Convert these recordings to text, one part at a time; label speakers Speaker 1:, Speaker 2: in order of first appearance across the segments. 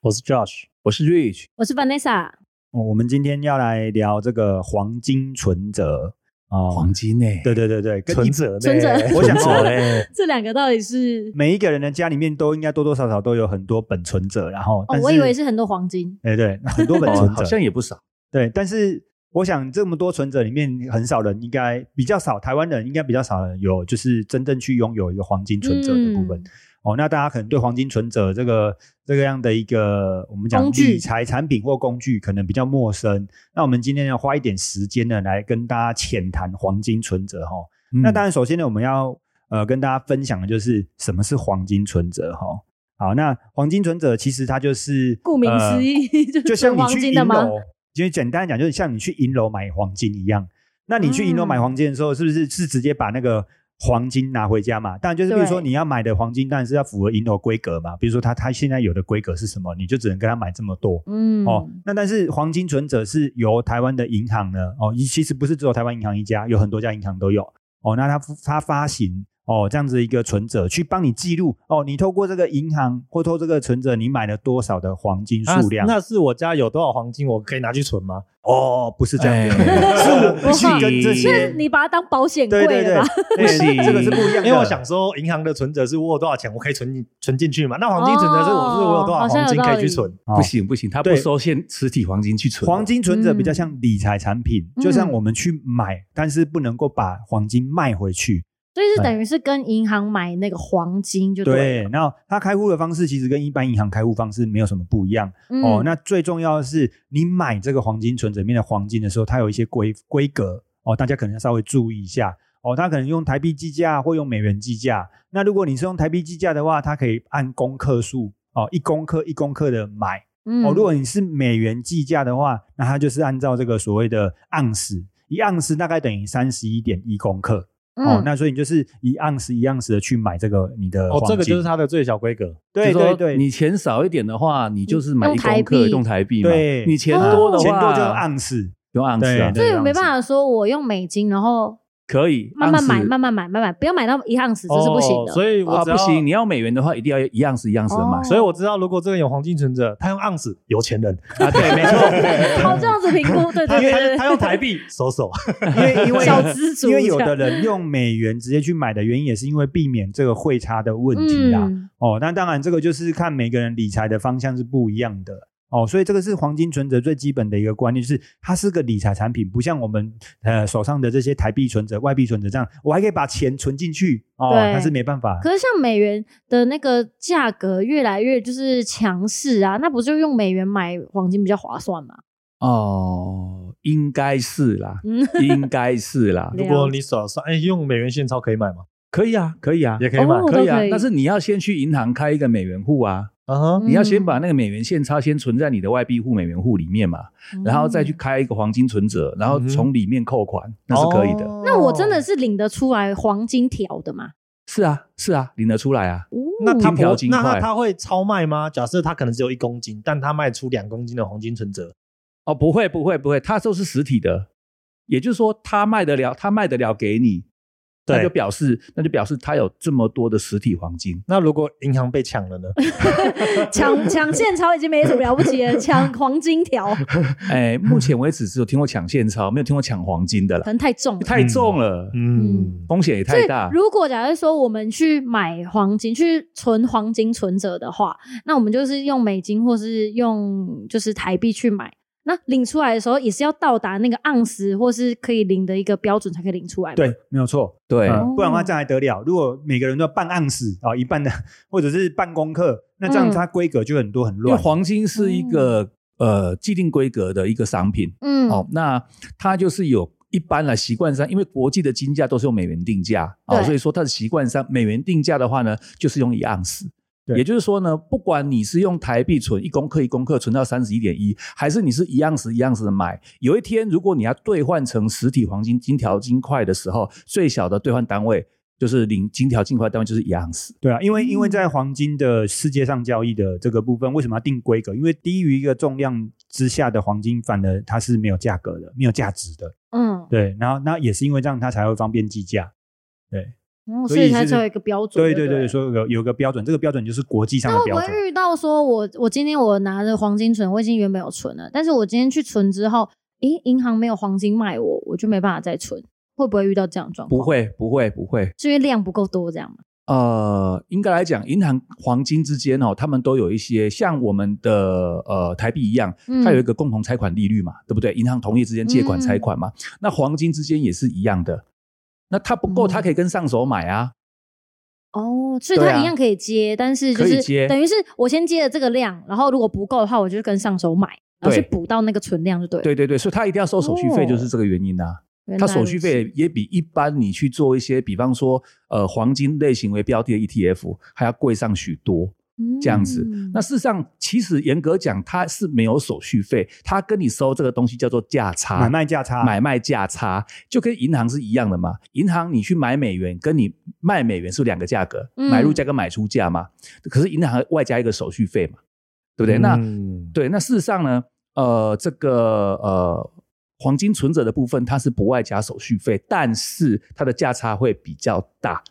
Speaker 1: 我是 Josh。
Speaker 2: 我是 Rich，
Speaker 3: 我是 Vanessa，
Speaker 4: 哦我们今天要来聊这个黄金存折哦，
Speaker 5: 黄金欸呢、
Speaker 4: 对对对对，跟一
Speaker 1: 存者呢？
Speaker 3: 存者
Speaker 4: 我想
Speaker 1: 存者哦呢？
Speaker 3: 这两个到底是？
Speaker 4: 每一个人的家里面都应该多多少少都有很多本存折，然后
Speaker 3: 哦
Speaker 4: 但，是、
Speaker 3: 我以为是很多黄金。
Speaker 4: 哎对，很多本
Speaker 1: 哦
Speaker 4: 存
Speaker 1: 好
Speaker 4: 折、
Speaker 1: 像也不少。
Speaker 4: 对，但是我想这么多存折里面，很少人应该比较少，台湾人应该比较少人有就是真正去拥有一个黄金存折的部分。
Speaker 3: 嗯
Speaker 4: 哦，那大家可能对黄金存折这个这个样的一个我们讲
Speaker 3: 工具
Speaker 4: 理财产品或工具可能比较陌生。那我们今天要花一点时间呢，来跟大家浅谈黄金存折哈、哦。
Speaker 1: 嗯
Speaker 4: 那当
Speaker 5: 然，
Speaker 4: 然，首先呢，我们要呃跟大家分享的就是什么是黄金存折哈、哦。好，那黄金存折其实它就是
Speaker 3: 顾名
Speaker 4: 呃
Speaker 3: 思义， 就
Speaker 4: 就是像你
Speaker 3: 黄
Speaker 4: 去
Speaker 3: 金
Speaker 4: 银
Speaker 3: 的吗？
Speaker 4: 楼，就简单讲，就是像你去银楼买黄金一样。那你去银楼
Speaker 3: 嗯
Speaker 4: 买黄金的时候，是不是是直接把那个黄金拿回家嘛？当然就是，比如说
Speaker 3: 对
Speaker 4: 你要买的黄金，当然是要符合银楼规格嘛。比如说它它现在有的规格是什么，你就只能跟他买这么多。
Speaker 3: 嗯，
Speaker 4: 哦，那但是黄金存折是由台湾的银行呢，哦，一其实不是只有台湾银行一家，有很多家银行都有。哦，那它它发行哦这样子一个存折，去帮你记录哦，你透过这个银行或透过这个存折，你买了多少的黄金数量
Speaker 1: 啊那那是我家有多少黄金，我可以拿去存吗？
Speaker 4: 哦，不是这样的，
Speaker 1: 哎
Speaker 4: 是我们
Speaker 3: 哇
Speaker 4: 去跟这
Speaker 3: 就是
Speaker 4: 些，
Speaker 3: 你把它当保险
Speaker 4: 对
Speaker 3: 柜
Speaker 4: 对对
Speaker 3: 了吧？，
Speaker 4: 对这个是不一样的。
Speaker 1: 因为我想说，银行的存折是我有多少钱，我可以存进存进去嘛？那黄金存折是我是我有
Speaker 3: 哦
Speaker 1: 多少黄金可以去存？
Speaker 4: 好
Speaker 5: 不行不行，他不
Speaker 4: 对
Speaker 5: 收现实体黄金去存。
Speaker 4: 黄金存折比较像理财产品，
Speaker 3: 嗯
Speaker 4: 就像我们去买，但是不能够把黄金卖回去。
Speaker 3: 所以是等于是跟银行买那个黄金就对
Speaker 4: 对
Speaker 3: 了，。
Speaker 4: 那它开户的方式其实跟一般银行开户方式没有什么不一样
Speaker 3: 嗯
Speaker 4: 哦。那最重要的是，你买这个黄金存折里面的黄金的时候，它有一些规规格哦，大家可能要稍微注意一下。哦，它可能用台币计价或用美元计价。那如果你是用台币计价的话，它可以按公克数哦，一公克一公克的买。
Speaker 3: 嗯
Speaker 4: 哦，如果你是美元计价的话，那它就是按照这个所谓的盎司，一盎司大概等于三十一点一公克。哦
Speaker 3: 嗯，
Speaker 4: 那所以你就是一盎司一盎司的去买这个你的
Speaker 1: 哦
Speaker 4: 黄，金。
Speaker 1: 这个就是它的最小规格。
Speaker 4: 对
Speaker 5: 就是
Speaker 4: 对
Speaker 5: 说
Speaker 4: 对，
Speaker 5: 你钱少一点的话，你就是买一公克
Speaker 3: 用
Speaker 5: 用台币嘛。
Speaker 4: 对
Speaker 5: 你钱多
Speaker 1: 哦
Speaker 5: 的话，
Speaker 4: 钱多就盎司，
Speaker 5: 用盎司啊
Speaker 4: 对，
Speaker 3: 所
Speaker 4: 这
Speaker 3: 以
Speaker 4: 样
Speaker 3: 没
Speaker 4: 子
Speaker 3: 办法说我用美金，然后
Speaker 5: 可以
Speaker 3: 慢慢买，
Speaker 5: 盎司
Speaker 3: 慢慢买，慢慢买，不要买到一盎司，这是不行
Speaker 1: 哦
Speaker 3: 的。
Speaker 1: 所以我
Speaker 5: 啊
Speaker 1: 只要
Speaker 5: 不行，你要美元的话，一定要一样是一样是的买
Speaker 3: 哦。
Speaker 1: 所以我知道，如果这个有黄金存折，他用盎司，有钱人；
Speaker 5: 啊，对，没错，
Speaker 3: 哦，这样子评估，对
Speaker 1: 他
Speaker 3: 对对
Speaker 1: 他他
Speaker 3: 对
Speaker 1: 用台币，收手。
Speaker 4: 因为因
Speaker 3: 对，
Speaker 4: 为
Speaker 3: 小资族
Speaker 4: 因为
Speaker 3: 这
Speaker 4: 有
Speaker 3: 样
Speaker 4: 的人用美元直接去买的原因，也是因为避免这个汇差的问题啦。
Speaker 3: 嗯
Speaker 4: 哦，那当然这个就是看每个人理财的方向是不一样的。哦，所以这个是黄金存折最基本的一个观念，就是它是个理财产品，不像我们呃手上的这些台币存折、外币存折这样，我还可以把钱存进去哦，
Speaker 3: 对
Speaker 4: 但是没办法，
Speaker 3: 可是像美元的那个价格越来越就是强势啊，那不就用美元买黄金比较划算吗？
Speaker 5: 哦，应该是啦，
Speaker 3: 嗯，
Speaker 5: 应该是啦，
Speaker 3: 了
Speaker 1: 如果你手上哎用美元现钞可以买吗？
Speaker 5: 可以啊，可以啊，
Speaker 1: 也可以买
Speaker 3: 哦。
Speaker 5: 可以
Speaker 3: 都
Speaker 5: 啊
Speaker 3: 可以，
Speaker 5: 但是你要先去银行开一个美元户啊，
Speaker 1: 嗯哼，
Speaker 5: 你要先把那个美元现钞先存在你的外币户、美元户里面嘛，
Speaker 3: 嗯
Speaker 5: 然后再去。开一个黄金存折，然后从里面扣
Speaker 3: 嗯
Speaker 5: 款，那是可以的。
Speaker 1: 哦
Speaker 3: 那我真的是领得出来黄金条的嘛？
Speaker 5: 是啊，是啊，领得出来啊。
Speaker 3: 哦
Speaker 1: 那他
Speaker 5: 金
Speaker 1: 不
Speaker 5: 条金
Speaker 1: 那他
Speaker 5: 块
Speaker 1: 他会超卖吗？假设他可能只有一公斤，但他卖出两公斤的黄金存折，
Speaker 5: 哦，不会，不会，不会，它都是实体的，也就是说，他卖得了，他卖得了给你，
Speaker 1: 对
Speaker 5: 那就表示，那就表示他有这么多的实体黄金。
Speaker 1: 那如果银行被抢了呢？
Speaker 3: 抢抢现钞已经没什么了不起了，抢黄金条可
Speaker 5: 哎，目前为止只有听过抢现钞，没有听过抢黄金的了，
Speaker 3: 能太重了。
Speaker 5: 太重了，
Speaker 3: 嗯
Speaker 1: 嗯，
Speaker 5: 风险也
Speaker 3: 所以
Speaker 5: 太大，。
Speaker 3: 如果假如说我们去买黄金、去存黄金存折的话，那我们就是用美金或是用就是台币去买。那领出来的时候，也是要到达那个盎司或是可以领的一个标准才可以领出来嘛。
Speaker 4: 对，没有错。
Speaker 5: 对，
Speaker 3: 哦
Speaker 4: 嗯不然的话这样还得了？如果每个人都要半盎司啊、一半的，或者是半公克，那这样
Speaker 3: 嗯
Speaker 4: 它规格就很多很
Speaker 5: 因为
Speaker 4: 乱。
Speaker 5: 黄金是一个呃既定规格的一个商品，
Speaker 3: 嗯，
Speaker 5: 哦，那它就是有一般来习惯上，因为国际的金价都是用美元定价，哦，
Speaker 3: 对
Speaker 5: 所以说它的习惯上美元定价的话呢，就是用一盎司。
Speaker 4: 对
Speaker 5: 也就是说呢，不管你是用台币存一公克一公克存到三十一点一，还是你是一盎司一盎司的买，有一天如果你要兑换成实体黄金金条金块的时候，最小的兑换单位就是零金条金块单位就是一盎司。
Speaker 4: 对啊，因为因为
Speaker 3: 嗯
Speaker 4: 在黄金的世界上交易的这个部分，为什么要定规格？因为低于一个重量之下的黄金，反而它是没有价格的，没有价值的。
Speaker 3: 嗯，
Speaker 4: 对，然后那也是因为这样，它才会方便计价。
Speaker 3: 哦
Speaker 4: 所
Speaker 3: 所
Speaker 4: 以
Speaker 3: 以它
Speaker 4: 是
Speaker 3: 才有一个标准。
Speaker 4: 对
Speaker 3: 对
Speaker 4: 对
Speaker 3: 了
Speaker 4: 对，所以有个有个标准，这个标准就是国际上
Speaker 3: 那
Speaker 4: 的
Speaker 3: 会不
Speaker 4: 标
Speaker 3: 会
Speaker 4: 准。
Speaker 3: 遇到说我我今天我拿着黄金存，我已经原本有存了，但是我今天去存之后，咦，银行没有黄金卖我，我就没办法再存，会不会遇到这样的状况？
Speaker 5: 不，会，不会，不会。
Speaker 3: 是因为量不够多这样吗？
Speaker 5: 呃，应该来讲，银行黄金之间哦，他们都有一些像我们的呃台币一样，
Speaker 3: 嗯
Speaker 5: 它有一个共同拆款利率嘛，对不对？银行同业之间借款拆款嘛，那黄金之间也是一样的。那它不够，
Speaker 3: 嗯
Speaker 5: 它可以跟上手买啊。
Speaker 3: 哦，所以
Speaker 5: 对
Speaker 3: 它
Speaker 5: 啊
Speaker 3: 一样可以接，但是就
Speaker 5: 可以
Speaker 3: 是
Speaker 5: 接
Speaker 3: 等于是我先接了这个量，然后如果不够的话，我就跟上手买，然后去
Speaker 5: 对
Speaker 3: 补到那个存量就对了。
Speaker 5: 对对对，所以它一定要收手续费，
Speaker 3: 哦
Speaker 5: 就是这个原因啊。
Speaker 3: 原来
Speaker 5: 它
Speaker 3: 如此，
Speaker 5: 手续费也比一般你去做一些，比方说呃黄金类型为标的的 ETF 还要贵上许多。这样子
Speaker 3: 嗯
Speaker 5: 那事实上，其实严格讲，它是没有手续费，它跟你收这个东西叫做价差
Speaker 4: 买卖价
Speaker 3: 啊
Speaker 4: 差，
Speaker 5: 买卖价差就跟银行是一样的嘛。银行你去买美元，跟你卖美元是两个价格，
Speaker 3: 嗯
Speaker 5: 买入价跟买出价嘛。可是银行还外加一个手续费嘛，对不对？那
Speaker 1: 嗯
Speaker 5: 对，那事实上呢，呃，这个呃黄金存折的部分它是不外加手续费，但是它的价差会比较大，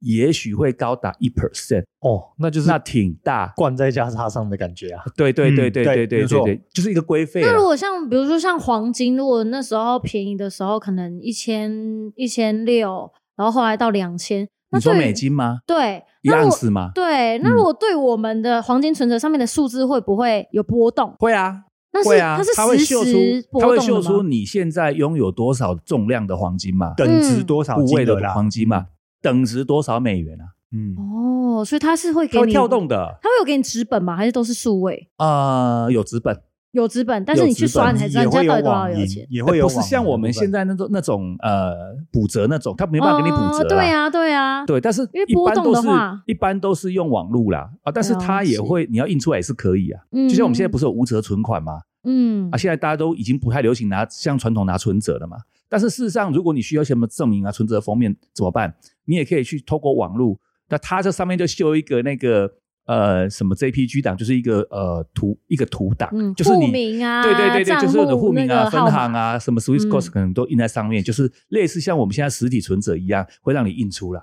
Speaker 5: 也许会高达一 percent，
Speaker 1: 哦，那就是
Speaker 5: 那挺大。
Speaker 1: 灌在加差上的感觉啊。
Speaker 5: 对对对
Speaker 4: 嗯
Speaker 5: 对
Speaker 4: 对
Speaker 5: 对对
Speaker 4: 没错
Speaker 5: 对对，就是一个规费啊。
Speaker 3: 那如果像比如说像黄金，如果那时候便宜的时候，可能一千一千六，然后后来到两千，那
Speaker 5: 你说
Speaker 3: 对于
Speaker 5: 美金吗？
Speaker 3: 对，
Speaker 5: 一
Speaker 3: 那
Speaker 5: 盎
Speaker 3: 我
Speaker 5: 司吗？
Speaker 3: 对，那
Speaker 5: 嗯
Speaker 3: 如果对我们的黄金存折上面的数字会不会有波动？
Speaker 5: 会啊，
Speaker 3: 那
Speaker 5: 会
Speaker 3: 是、
Speaker 5: 啊，它
Speaker 3: 它
Speaker 5: 会
Speaker 3: 是
Speaker 5: 秀出
Speaker 3: 实时，
Speaker 5: 它
Speaker 3: 波
Speaker 5: 会
Speaker 3: 动
Speaker 5: 秀
Speaker 3: 的
Speaker 5: 出
Speaker 3: 吗？
Speaker 5: 你现在拥有多少重量的黄金嘛，
Speaker 4: 等值
Speaker 3: 嗯
Speaker 4: 多少
Speaker 5: 部位
Speaker 4: 金
Speaker 5: 的
Speaker 4: 额啦？
Speaker 5: 黄金嘛，等值多少美元啊？
Speaker 4: 嗯，
Speaker 3: 哦，所以它是会给
Speaker 5: 它会
Speaker 3: 你
Speaker 5: 跳动，的，
Speaker 3: 它会有给你纸本吗？还是都是数位？
Speaker 5: 呃，有纸本，
Speaker 3: 有纸本，但是
Speaker 5: 有
Speaker 3: 你去
Speaker 5: 纸本
Speaker 3: 刷，你才知道
Speaker 4: 也
Speaker 3: 你家
Speaker 4: 会
Speaker 3: 到
Speaker 4: 有
Speaker 3: 底多少
Speaker 4: 网
Speaker 3: 有
Speaker 4: 银
Speaker 3: 钱，。
Speaker 4: 也会有
Speaker 5: 哎不
Speaker 4: 网银
Speaker 5: 是
Speaker 4: 的
Speaker 5: 像我们
Speaker 4: 部分
Speaker 5: 现在那种那种呃补折那种，它没办法给你补
Speaker 3: 哦
Speaker 5: 折，
Speaker 3: 对。啊，对啊，
Speaker 5: 对，但是
Speaker 3: 因为
Speaker 5: 一
Speaker 3: 波
Speaker 5: 般
Speaker 3: 动
Speaker 5: 都
Speaker 3: 的
Speaker 5: 是
Speaker 3: 话
Speaker 5: 一般都是用网路啦啊，但是它也
Speaker 3: 了解
Speaker 5: 会，你要印出来也是可以啊。
Speaker 3: 嗯，
Speaker 5: 就像我们现在不是有无折存款吗？
Speaker 3: 嗯
Speaker 5: 啊，现在大家都已经不太流行拿像传统拿存折了嘛。但是事实上，如果你需要什么证明啊，存折封面怎么办？你也可以去透过网络，那它这上面就秀一个那个呃什么 JPG 档，就是一个呃图一个图档，
Speaker 3: 嗯，
Speaker 5: 就是
Speaker 3: 户
Speaker 5: 你。
Speaker 3: 名啊，
Speaker 5: 对对对对，
Speaker 3: 账
Speaker 5: 就是你的户
Speaker 3: 那
Speaker 5: 名
Speaker 3: 个
Speaker 5: 啊、分
Speaker 3: 号码
Speaker 5: 行啊、什么 Swiss
Speaker 3: 嗯
Speaker 5: Cost 可能都印在上面，就是类似像我们现在实体存折一样，会让你印出来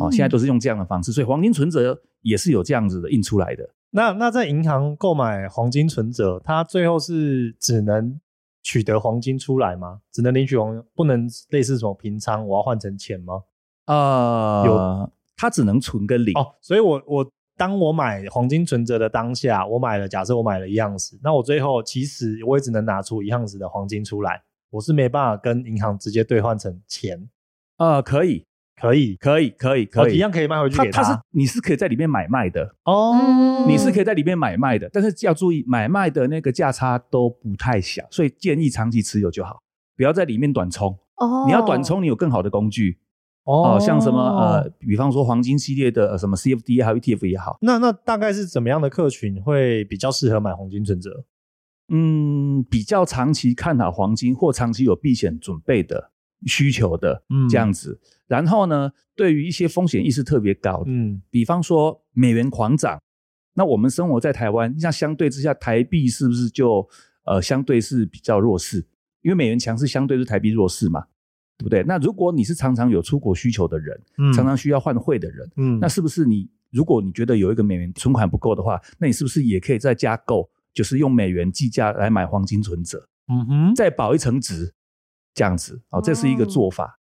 Speaker 5: 哦。现在
Speaker 3: 嗯
Speaker 5: 都是用这样的方式，所以黄金存折也是有这样子的印出来的。
Speaker 1: 那那在银行购买黄金存折，它最后是只能取得黄金出来吗？只能领取黄，不能类似什么平仓，我要换成钱吗？
Speaker 5: 呃，
Speaker 1: 有，
Speaker 5: 它只能存跟零
Speaker 1: 哦，所以我我当我买黄金存折的当下，我买了，假设我买了一盎司，那我最后其实我也只能拿出一盎司的黄金出来，我是没办法跟银行直接兑换成钱，
Speaker 5: 呃，可以，
Speaker 1: 可以，
Speaker 5: 可以，可以，
Speaker 1: 哦
Speaker 5: 可以，
Speaker 1: 一样可以卖回去
Speaker 5: 它
Speaker 1: 给
Speaker 5: 它是你是可以在里面买卖的，
Speaker 1: 哦，
Speaker 3: 嗯
Speaker 5: 你是可以在里面买卖的，但是要注意买卖的那个价差都不太小，所以建议长期持有就好，不要在里面短冲。
Speaker 3: 哦，
Speaker 5: 你要短冲，你有更好的工具哦、像什么呃，比方说黄金系列的、呃、什么 CFD 还有 ETF 也好，
Speaker 1: 那那大概是怎么样的客群会比较适合买黄金存折？
Speaker 5: 嗯，比较长期看好黄金或长期有避险准备的需求的
Speaker 1: 嗯
Speaker 5: 这样子。然后呢，对于一些风险意识特别高的，
Speaker 1: 嗯，
Speaker 5: 比方说美元狂涨，那我们生活在台湾，那相对之下，台币是不是就呃相对是比较弱势？因为美元强势，相对是台币弱势嘛，对不对？那如果你是常常有出国需求的人，
Speaker 1: 嗯
Speaker 5: 常常需要换汇的人，
Speaker 1: 嗯，
Speaker 5: 那是不是你如果你觉得有一个美元存款不够的话，那你是不是也可以再加购，就是用美元计价来买黄金存折，
Speaker 1: 嗯哼，
Speaker 5: 再保一层值，这样子哦，这是一个做法。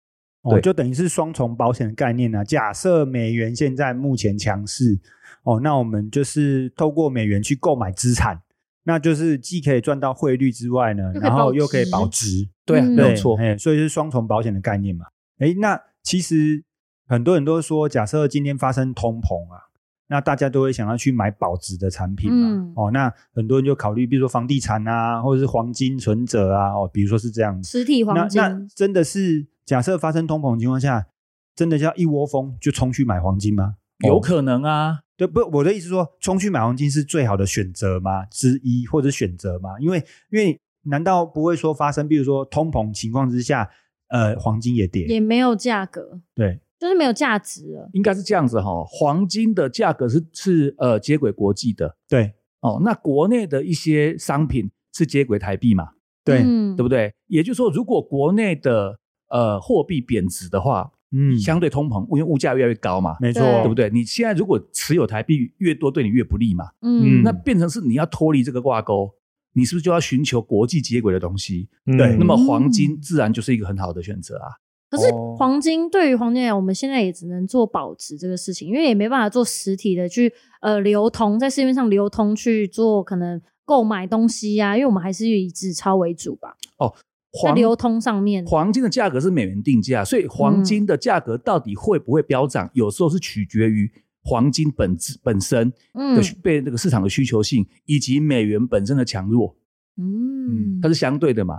Speaker 4: 哦，
Speaker 5: 对
Speaker 4: 就等于是双重保险的概念呢、啊假设美元现在目前强势，哦，那我们就是透过美元去购买资产，那就是既可以赚到汇率之外呢
Speaker 3: 又可，以
Speaker 4: 然后
Speaker 3: 保
Speaker 4: 又可以
Speaker 3: 值
Speaker 4: 保值，
Speaker 5: 对啊，
Speaker 3: 嗯
Speaker 5: 没有错。
Speaker 4: 哎，所以是双重保险的概念嘛。哎，那其实很多人都说，假设今天发生通膨啊，那大家都会想要去买保值的产品嘛。
Speaker 3: 嗯
Speaker 4: 哦，那很多人就考虑，比如说房地产啊，或者是黄金存折啊，哦，比如说是这样子。
Speaker 3: 实体黄
Speaker 4: 那
Speaker 3: 金，
Speaker 4: 那真的是假设发生通膨的情况下，真的要一窝蜂就冲去买黄金吗？
Speaker 5: 有可能啊，
Speaker 4: 对，不，我的意思说，冲去买黄金是最好的选择吗？之一或者选择吗？因为因为难道不会说发生，比如说通膨情况之下，呃，黄金也跌？
Speaker 3: 也没有价格，
Speaker 4: 对，
Speaker 3: 就是没有价值了。
Speaker 5: 应该是这样子哈、黄金的价格是是呃接轨国际的
Speaker 4: 对
Speaker 5: 哦，那国内的一些商品是接轨台币嘛，
Speaker 4: 对，
Speaker 3: 嗯
Speaker 5: 对不对？也就是说，如果国内的呃货币贬值的话，
Speaker 4: 嗯，
Speaker 5: 相对通膨，因为物价越来越高嘛，
Speaker 4: 没错，
Speaker 3: 对
Speaker 5: 对不对？你现在如果持有台币越多，对你越不利嘛。
Speaker 4: 嗯
Speaker 3: 嗯，
Speaker 5: 那变成是你要脱离这个挂钩，你是不是就要寻求国际接轨的东西？
Speaker 4: 对
Speaker 5: 那么黄
Speaker 3: 嗯
Speaker 5: 金自然就是一个很好的选择啊。
Speaker 3: 可是
Speaker 1: 哦
Speaker 3: 黄金对于黄金来讲，我们现在也只能做保值这个事情，因为也没办法做实体的去呃流通，在市面上流通去做可能购买东西呀、因为我们还是以纸钞为主吧，在
Speaker 5: 黄
Speaker 3: 流通上面。
Speaker 5: 黄金的价格是美元定价，所以
Speaker 3: 嗯
Speaker 5: 黄金的价格到底会不会飙涨，有时候是取决于黄金本质本身
Speaker 3: 嗯
Speaker 5: 的被这个市场的需求性，以及美元本身的强弱，
Speaker 3: 嗯
Speaker 5: 它是相对的嘛。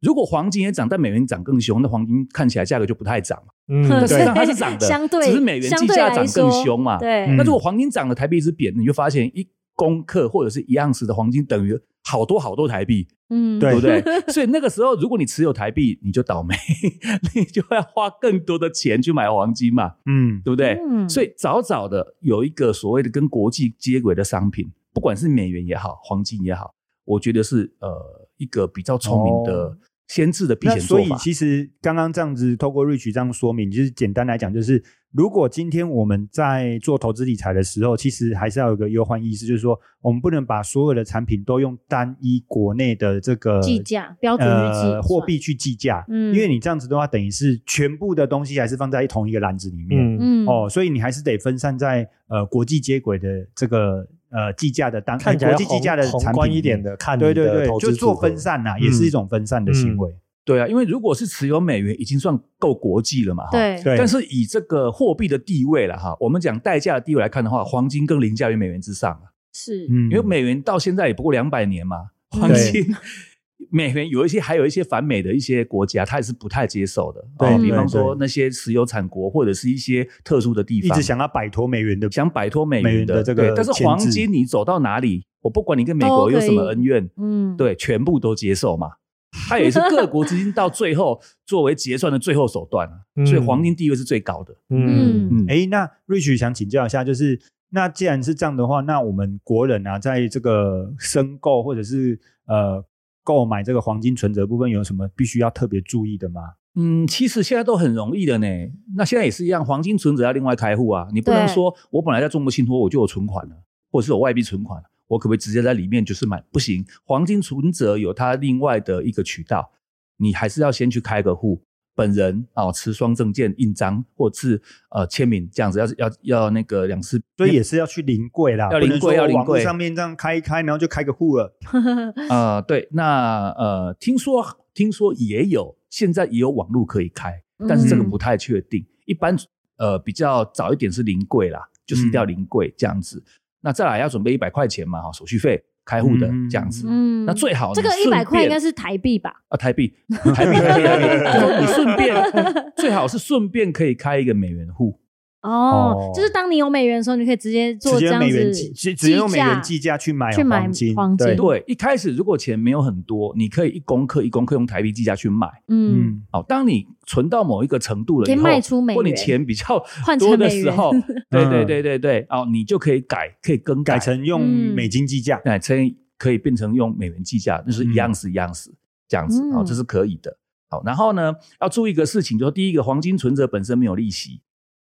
Speaker 5: 如果黄金也涨，但美元涨更凶，那黄金看起来价格就不太涨嘛。
Speaker 1: 嗯，
Speaker 5: 但
Speaker 3: 对
Speaker 5: 实际
Speaker 1: 对，
Speaker 5: 上它是涨的，
Speaker 3: 相对
Speaker 5: 只是美元计
Speaker 3: 相对
Speaker 5: 价
Speaker 3: 来
Speaker 5: 涨
Speaker 3: 说
Speaker 5: 更凶嘛。
Speaker 3: 对，
Speaker 4: 嗯
Speaker 5: 那如果黄金涨了，台币一直贬，你就发现一公克或者是一盎司的黄金等于好多好多台币。
Speaker 3: 嗯，
Speaker 4: 对
Speaker 5: 对不对？所以那个时候，如果你持有台币，你就倒霉， 你就要花更多的钱去买黄金嘛，
Speaker 4: 嗯，
Speaker 5: 对不对？
Speaker 3: 嗯
Speaker 5: 所以早早的有一个所谓的跟国际接轨的商品，不管是美元也好，黄金也好，我觉得是呃一个比较聪明的
Speaker 1: 哦
Speaker 5: 先知的避
Speaker 4: 那
Speaker 5: 险
Speaker 4: 所
Speaker 5: 做
Speaker 4: 以
Speaker 5: 法。
Speaker 4: 其实刚刚这样子透过 Rich 这样说明，就是简单来讲，就是如果今天我们在做投资理财的时候，其实还是要有个忧患意识，就是说我们不能把所有的产品都用单一国内的这个
Speaker 3: 计价标准日计
Speaker 4: 呃
Speaker 3: 算
Speaker 4: 货币去计价，
Speaker 3: 嗯
Speaker 4: 因为你这样子的话，等于是全部的东西还是放在同一个篮子里面。
Speaker 1: 嗯，
Speaker 3: 嗯
Speaker 4: 哦，所以你还是得分散在呃国际接轨的这个呃计价的当
Speaker 1: 看起
Speaker 4: 呃
Speaker 1: 来
Speaker 4: 国际计价的
Speaker 1: 宏
Speaker 4: 产
Speaker 1: 宏
Speaker 4: 品
Speaker 1: 观
Speaker 4: 里
Speaker 1: 一点
Speaker 4: 面，
Speaker 1: 的嗯看你
Speaker 4: 对对
Speaker 1: 的
Speaker 4: 对，
Speaker 1: 投
Speaker 4: 就
Speaker 1: 资
Speaker 4: 做
Speaker 1: 组合嗯
Speaker 4: 分散啊呐、也是一种分散的行为。
Speaker 5: 对啊，因为如果是持有美元，已经算够国际了嘛，哈。
Speaker 3: 对
Speaker 4: 对，
Speaker 5: 但是以这个货币的地位了哈，我们讲代价的地位来看的话，黄金更凌驾于美元之上啊了。
Speaker 3: 是
Speaker 4: 嗯
Speaker 5: 因为美元到现在也不过两百年嘛，
Speaker 3: 嗯
Speaker 5: 黄金。 美元有一些，还有一些反美的一些国家，它也是不太接受的。
Speaker 4: 对
Speaker 5: 哦
Speaker 3: 对
Speaker 5: 比方说
Speaker 4: 对
Speaker 5: 那些石油产国或者是一些特殊的地
Speaker 4: 一
Speaker 5: 方，
Speaker 4: 直想要摆脱美元的，
Speaker 5: 想摆脱美
Speaker 4: 美
Speaker 5: 元
Speaker 4: 元
Speaker 5: 的
Speaker 4: 的这个
Speaker 5: 对但是
Speaker 4: 牵
Speaker 5: 黄
Speaker 4: 制
Speaker 5: 金你走到哪里，我不管你跟美
Speaker 3: 都
Speaker 5: 国有
Speaker 3: 可
Speaker 5: 什么
Speaker 3: 以
Speaker 5: 恩怨，
Speaker 3: 嗯
Speaker 5: 对，全部都接受嘛。它也是各国之间到最后作为结算的最后手段啊
Speaker 1: 嗯
Speaker 5: 所以黄金地位是最高的。
Speaker 1: 嗯
Speaker 3: 嗯
Speaker 5: 嗯，
Speaker 4: 哎，那 Rich 想请教一下，就是那既然是这样的话，那我们国人啊，在这个申购或者是呃购买这个黄金存折部分，有什么必须要特别注意的吗？
Speaker 5: 嗯，其实现在都很容易的呢。那现在也是一样，黄金存折要另外开户啊，你不能
Speaker 3: 对
Speaker 5: 说我本来在中国信托我就有存款了，或者是有外币存款，我可不可以直接在里面就是买？不行，黄金存折有它另外的一个渠道，你还是要先去开个户，本人啊、持双证件印章或是呃签名这样子，要是要要那个两次，
Speaker 4: 所以也是要去临柜啦，
Speaker 5: 要
Speaker 4: 不能
Speaker 5: 临柜
Speaker 4: 说
Speaker 5: 要临
Speaker 4: 网络
Speaker 5: 柜
Speaker 4: 上面这样开一开，然后就开个户了。
Speaker 5: 呃对，那呃听说听说也有现在也有网络可以开，但是这个
Speaker 3: 嗯
Speaker 5: 不太确定。一般呃比较早一点是临柜啦，就是一
Speaker 4: 嗯
Speaker 5: 定要临柜这样子。那再来要准备一百块钱嘛，哈，手续费开户的
Speaker 4: 嗯
Speaker 5: 这样子。
Speaker 3: 嗯
Speaker 5: 那最好
Speaker 3: 这个
Speaker 5: 你
Speaker 3: 一
Speaker 5: 顺
Speaker 3: 百块应
Speaker 5: 便
Speaker 3: 该是台币吧？
Speaker 5: 啊台 币，台币台币台币，就是你顺便最好是顺便可以开一个美元户，
Speaker 3: 哦
Speaker 4: 哦，
Speaker 3: 就是当你有美元的时候，你可以直接做
Speaker 4: 直
Speaker 3: 这
Speaker 4: 接
Speaker 3: 样
Speaker 4: 美元
Speaker 3: 子
Speaker 4: 计，直直接用美元计价去买
Speaker 3: 去买
Speaker 4: 黄金，
Speaker 3: 黄金
Speaker 4: 对，
Speaker 5: 对，一开始如果钱没有很多，你可以一公克一公克用台币计价去买。
Speaker 3: 嗯，
Speaker 4: 嗯，
Speaker 5: 哦，当你存到某一个程度了
Speaker 3: 可以
Speaker 5: 以后，
Speaker 3: 卖出美
Speaker 5: 或你
Speaker 3: 元
Speaker 5: 钱比较
Speaker 3: 换
Speaker 5: 多
Speaker 3: 成
Speaker 5: 的
Speaker 3: 美
Speaker 5: 时
Speaker 3: 元，
Speaker 5: 候，对对
Speaker 4: 嗯
Speaker 5: 对对对，哦，你就可以改，可以更
Speaker 4: 改成用
Speaker 3: 嗯
Speaker 4: 美金计价。
Speaker 5: 那这哎可以变成用美元计价，就是一样是一样是这样子
Speaker 3: 嗯
Speaker 5: 哦，这是可以的。好，然后呢，要注意一个事情，就是第一个，黄金存折本身没有利息，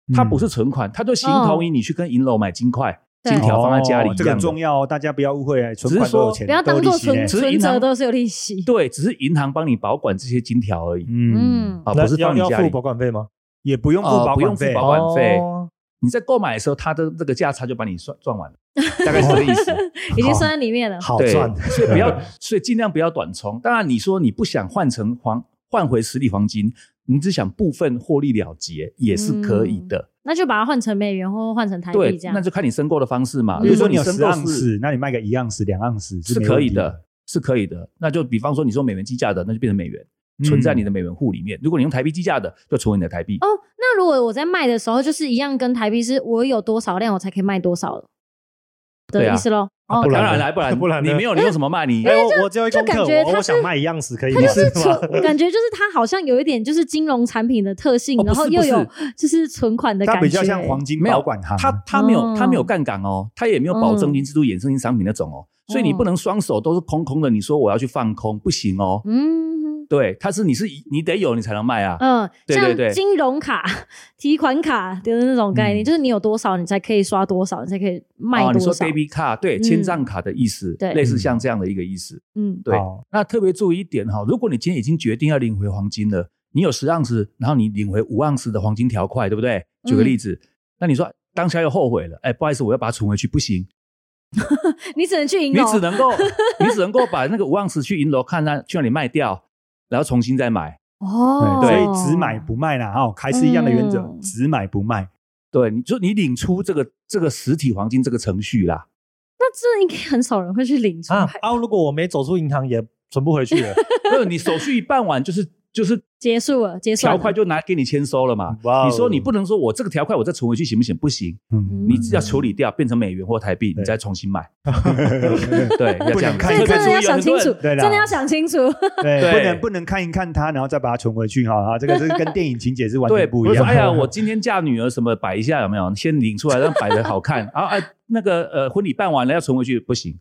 Speaker 5: 嗯它不是存款，它就形同于你去跟银楼买金块、
Speaker 3: 对
Speaker 5: 金条放在家里
Speaker 4: 哦
Speaker 5: 一
Speaker 4: 这个
Speaker 5: 样
Speaker 4: 很
Speaker 5: 的。
Speaker 4: 重要哦，大家不要误会，存款
Speaker 5: 只是说
Speaker 4: 都有钱，
Speaker 3: 不要
Speaker 4: 都有
Speaker 3: 当
Speaker 4: 利
Speaker 3: 做
Speaker 4: 息
Speaker 3: 存
Speaker 4: 呢
Speaker 5: 只是
Speaker 3: 存
Speaker 5: 银行
Speaker 3: 折都是有利息。
Speaker 5: 对，只是银行帮你保管这些金条而已
Speaker 4: 嗯，
Speaker 3: 嗯
Speaker 5: 啊，
Speaker 1: 那
Speaker 5: 不是
Speaker 1: 要
Speaker 5: 放你
Speaker 1: 要
Speaker 5: 家
Speaker 1: 付
Speaker 5: 里。
Speaker 1: 保管费吗？
Speaker 4: 也不用付
Speaker 5: 呃
Speaker 4: 保
Speaker 5: 不用
Speaker 4: 管
Speaker 5: 付
Speaker 4: 费，
Speaker 5: 保管费
Speaker 1: 哦
Speaker 5: 你在购买的时候，它的这个价差就把你算赚完了，大概是这个意思。
Speaker 3: 已经算在里面了。
Speaker 1: 好
Speaker 5: 对
Speaker 1: 赚，
Speaker 5: 所以 不
Speaker 4: 嗯
Speaker 5: 要，所以尽量不要短冲。当然，你说你不想换成黄，换回实体黄金，你只想部分获利了结也是可以的。
Speaker 3: 那就把它换成美元或换成台
Speaker 5: 对
Speaker 3: 币这，样
Speaker 5: 那。就看你申购的方式嘛。
Speaker 3: 嗯
Speaker 4: 比如说你有
Speaker 5: 申
Speaker 4: 十
Speaker 5: 购
Speaker 4: 盎
Speaker 5: 是
Speaker 4: 司，那你卖个一盎司、两盎司
Speaker 5: 是
Speaker 4: 没
Speaker 5: 可以
Speaker 4: 问题的，
Speaker 5: 的，是可以的。那就比方说你
Speaker 4: 嗯
Speaker 5: 说美元计价的，那就变成美元。存在你的美元户里面。如果你用台币计价的，就存为你的台币。
Speaker 3: 哦，那那如果我在卖的时候，就是一样跟台币是我有多少量，我才可以卖多少
Speaker 5: 对
Speaker 3: 的
Speaker 5: 啊
Speaker 3: 意思喽。
Speaker 1: 啊
Speaker 3: 哦
Speaker 1: 不，
Speaker 5: 当
Speaker 1: 然
Speaker 5: 然
Speaker 1: 呢
Speaker 5: 来，不然
Speaker 1: 不然呢
Speaker 5: 你没有，你用什么卖你
Speaker 1: 哎、？我我只有一
Speaker 3: 就
Speaker 1: 公
Speaker 3: 感
Speaker 1: 克，
Speaker 3: 觉
Speaker 1: 我
Speaker 3: 它
Speaker 1: 我想
Speaker 3: 是
Speaker 1: 卖一样子可以
Speaker 3: 它
Speaker 1: 吗？
Speaker 3: 就是
Speaker 1: 吗？
Speaker 3: 存，感觉就是它好像有一点就是金融产品的特性，
Speaker 5: 哦不
Speaker 3: 然
Speaker 5: 是
Speaker 3: 后又有
Speaker 5: 不
Speaker 3: 就是存款的感
Speaker 4: 它
Speaker 3: 觉，
Speaker 4: 比较像黄金
Speaker 5: 没有
Speaker 4: 保管行，
Speaker 5: 他他没有
Speaker 3: 哦
Speaker 5: 他没有杠杆哦，他也没有保证
Speaker 3: 嗯
Speaker 5: 金制度衍生性商品那种哦，所以你不能双手都是空空的，你说我要去放空不行哦。
Speaker 3: 嗯
Speaker 5: 对，它是你是你得有你才能卖啊。
Speaker 3: 嗯，
Speaker 5: 对对对
Speaker 3: 像金融卡、 提款卡的那种概念，
Speaker 4: 嗯
Speaker 3: 就是你有多少，你才可以刷多少，你才可以卖
Speaker 5: 哦，
Speaker 3: 多
Speaker 5: 你说
Speaker 3: 少。
Speaker 5: debit card 对，
Speaker 3: 嗯
Speaker 5: 千账卡的意思，
Speaker 3: 对
Speaker 5: 类似像这样的一个意思。
Speaker 3: 嗯，
Speaker 5: 对
Speaker 4: 哦，
Speaker 5: 那特别注意一点哈，如果你今天已经决定要领回黄金了，你有十盎司，然后你领回五盎司的黄金条块，对不对？举个
Speaker 3: 嗯
Speaker 5: 例子，那你说当下又后悔了，哎，不好意思，我要把它存回去，不行，
Speaker 3: 你只能去银
Speaker 5: 你
Speaker 3: 楼，
Speaker 5: 只 能够你只能够把那个五盎司去银楼看那去那里卖掉，然后重新再买。
Speaker 3: 哦，
Speaker 4: 啊对，所以只买不卖啦，哦，还是一样的原则
Speaker 3: 嗯，
Speaker 4: 只买不卖。
Speaker 5: 对，你就你领出这个这个实体黄金这个程序啦，
Speaker 3: 那这应该很少人会去领出来。
Speaker 1: 啊啊！如果我没走出银行，也存不回去了。
Speaker 5: 就是你手续一办完，就是就是
Speaker 3: 结束了，结束
Speaker 5: 条
Speaker 3: 了。嗯
Speaker 5: 块就拿给你签收了嘛。
Speaker 1: 哇哦
Speaker 5: 你说你不能说我这个条块我再存回去行不行？不行，
Speaker 4: 嗯，
Speaker 5: 你只要处理掉变成美元或台币，你再重新 买。对，要这
Speaker 4: 不能
Speaker 5: 样子，
Speaker 4: 看
Speaker 3: 所以
Speaker 5: 特别注意
Speaker 3: 真的要
Speaker 5: 哦
Speaker 3: 想清楚，
Speaker 5: 很多人
Speaker 4: 对啦
Speaker 3: 真的要想清楚。
Speaker 4: 对，
Speaker 5: 对
Speaker 4: 不能不能看一看它，然后再把它存回去哈。啊，这个是跟电影情节是完
Speaker 5: 对，
Speaker 4: 全
Speaker 5: 不
Speaker 4: 不一
Speaker 5: 是说
Speaker 4: 样。
Speaker 5: 哎呀，我今天嫁女儿什么摆一下有没有？先领出来让摆的好看啊哎，那个呃婚礼办完了要存回去不行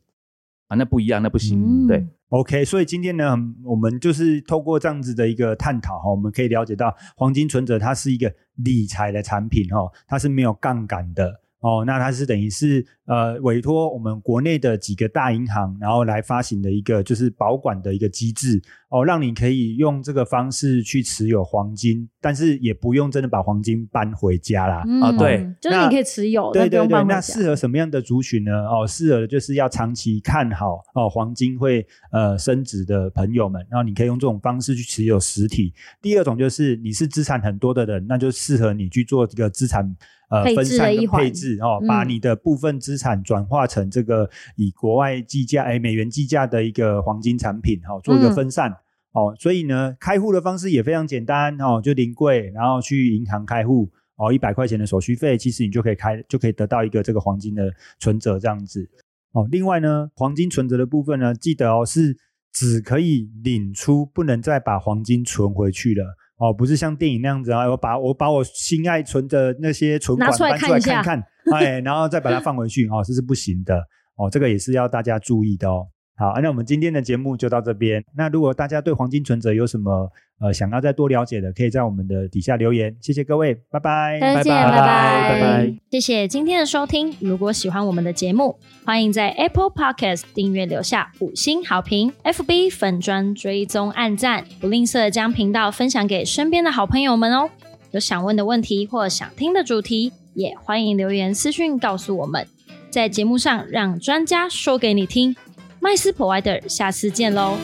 Speaker 5: 啊，那不一样，那不行。
Speaker 3: 嗯
Speaker 5: 对，
Speaker 4: OK，所以今天呢，很我们就是透过这样子的一个探讨哈，我们可以了解到黄金存折它是一个理财的产品哈，它是没有杠杆的哦，那它是等于是呃委托我们国内的几个大银行，然后来发行的一个就是保管的一个机制哦，让你可以用这个方式去持有黄金，但是也不用真的把黄金搬回家啦。
Speaker 3: 嗯
Speaker 5: 啊对，
Speaker 3: 就是
Speaker 4: 那
Speaker 3: 你可以持有，
Speaker 4: 对
Speaker 3: 但不
Speaker 4: 对
Speaker 3: 用
Speaker 4: 对
Speaker 3: 搬，回
Speaker 4: 那
Speaker 3: 家
Speaker 4: 适合什么样的族群呢？哦，适合的就是要长期看好哦，黄金会呃升值的朋友们，然后你可以用这种方式去持有实体。第二种就是你是资产很多的人，那就适合你去做这个资产。呃，
Speaker 3: 配置
Speaker 4: 分散
Speaker 3: 的一
Speaker 4: 跟
Speaker 3: 环
Speaker 4: 配置哦，把
Speaker 3: 嗯
Speaker 4: 你的部分资产转化成这个以国外计价、哎美元计价的一个黄金产品，哦，做一个
Speaker 3: 嗯
Speaker 4: 分散。哦，所以呢，开户的方式也非常简单哦，就临柜，然后去银行开户哦，一百块钱的手续费，其实你就可以开，就可以得到一个这个黄金的存折这样子。哦，另外呢，黄金存折的部分呢，记得哦是只可以领出，不能再把黄金存回去了。哦，不是像电影那样子啊，我把我把我心爱存的那些存款
Speaker 3: 拿出来
Speaker 4: 搬出来看
Speaker 3: 看一下
Speaker 4: 看，哎，然后再把它放回去哦，这是不行的哦，这个也是要大家注意的哦。好，啊那我们今天的节目就到这边。那如果大家对黄金存折有什么呃想要再多了解的，可以在我们的底下留言。谢谢各位，拜拜，
Speaker 3: 再见，
Speaker 5: 拜拜
Speaker 3: 拜
Speaker 5: 拜拜。
Speaker 3: 谢谢今天的收听。如果喜欢我们的节目，欢迎在 Apple Podcast 订阅留下五星好评，FB 粉砖追踪按赞，不吝啬将频道分享给身边的好朋友们哦。有想问的问题或想听的主题，也欢迎留言私讯告诉我们，在节目上让专家说给你听。麦斯 Provider，下次见喽。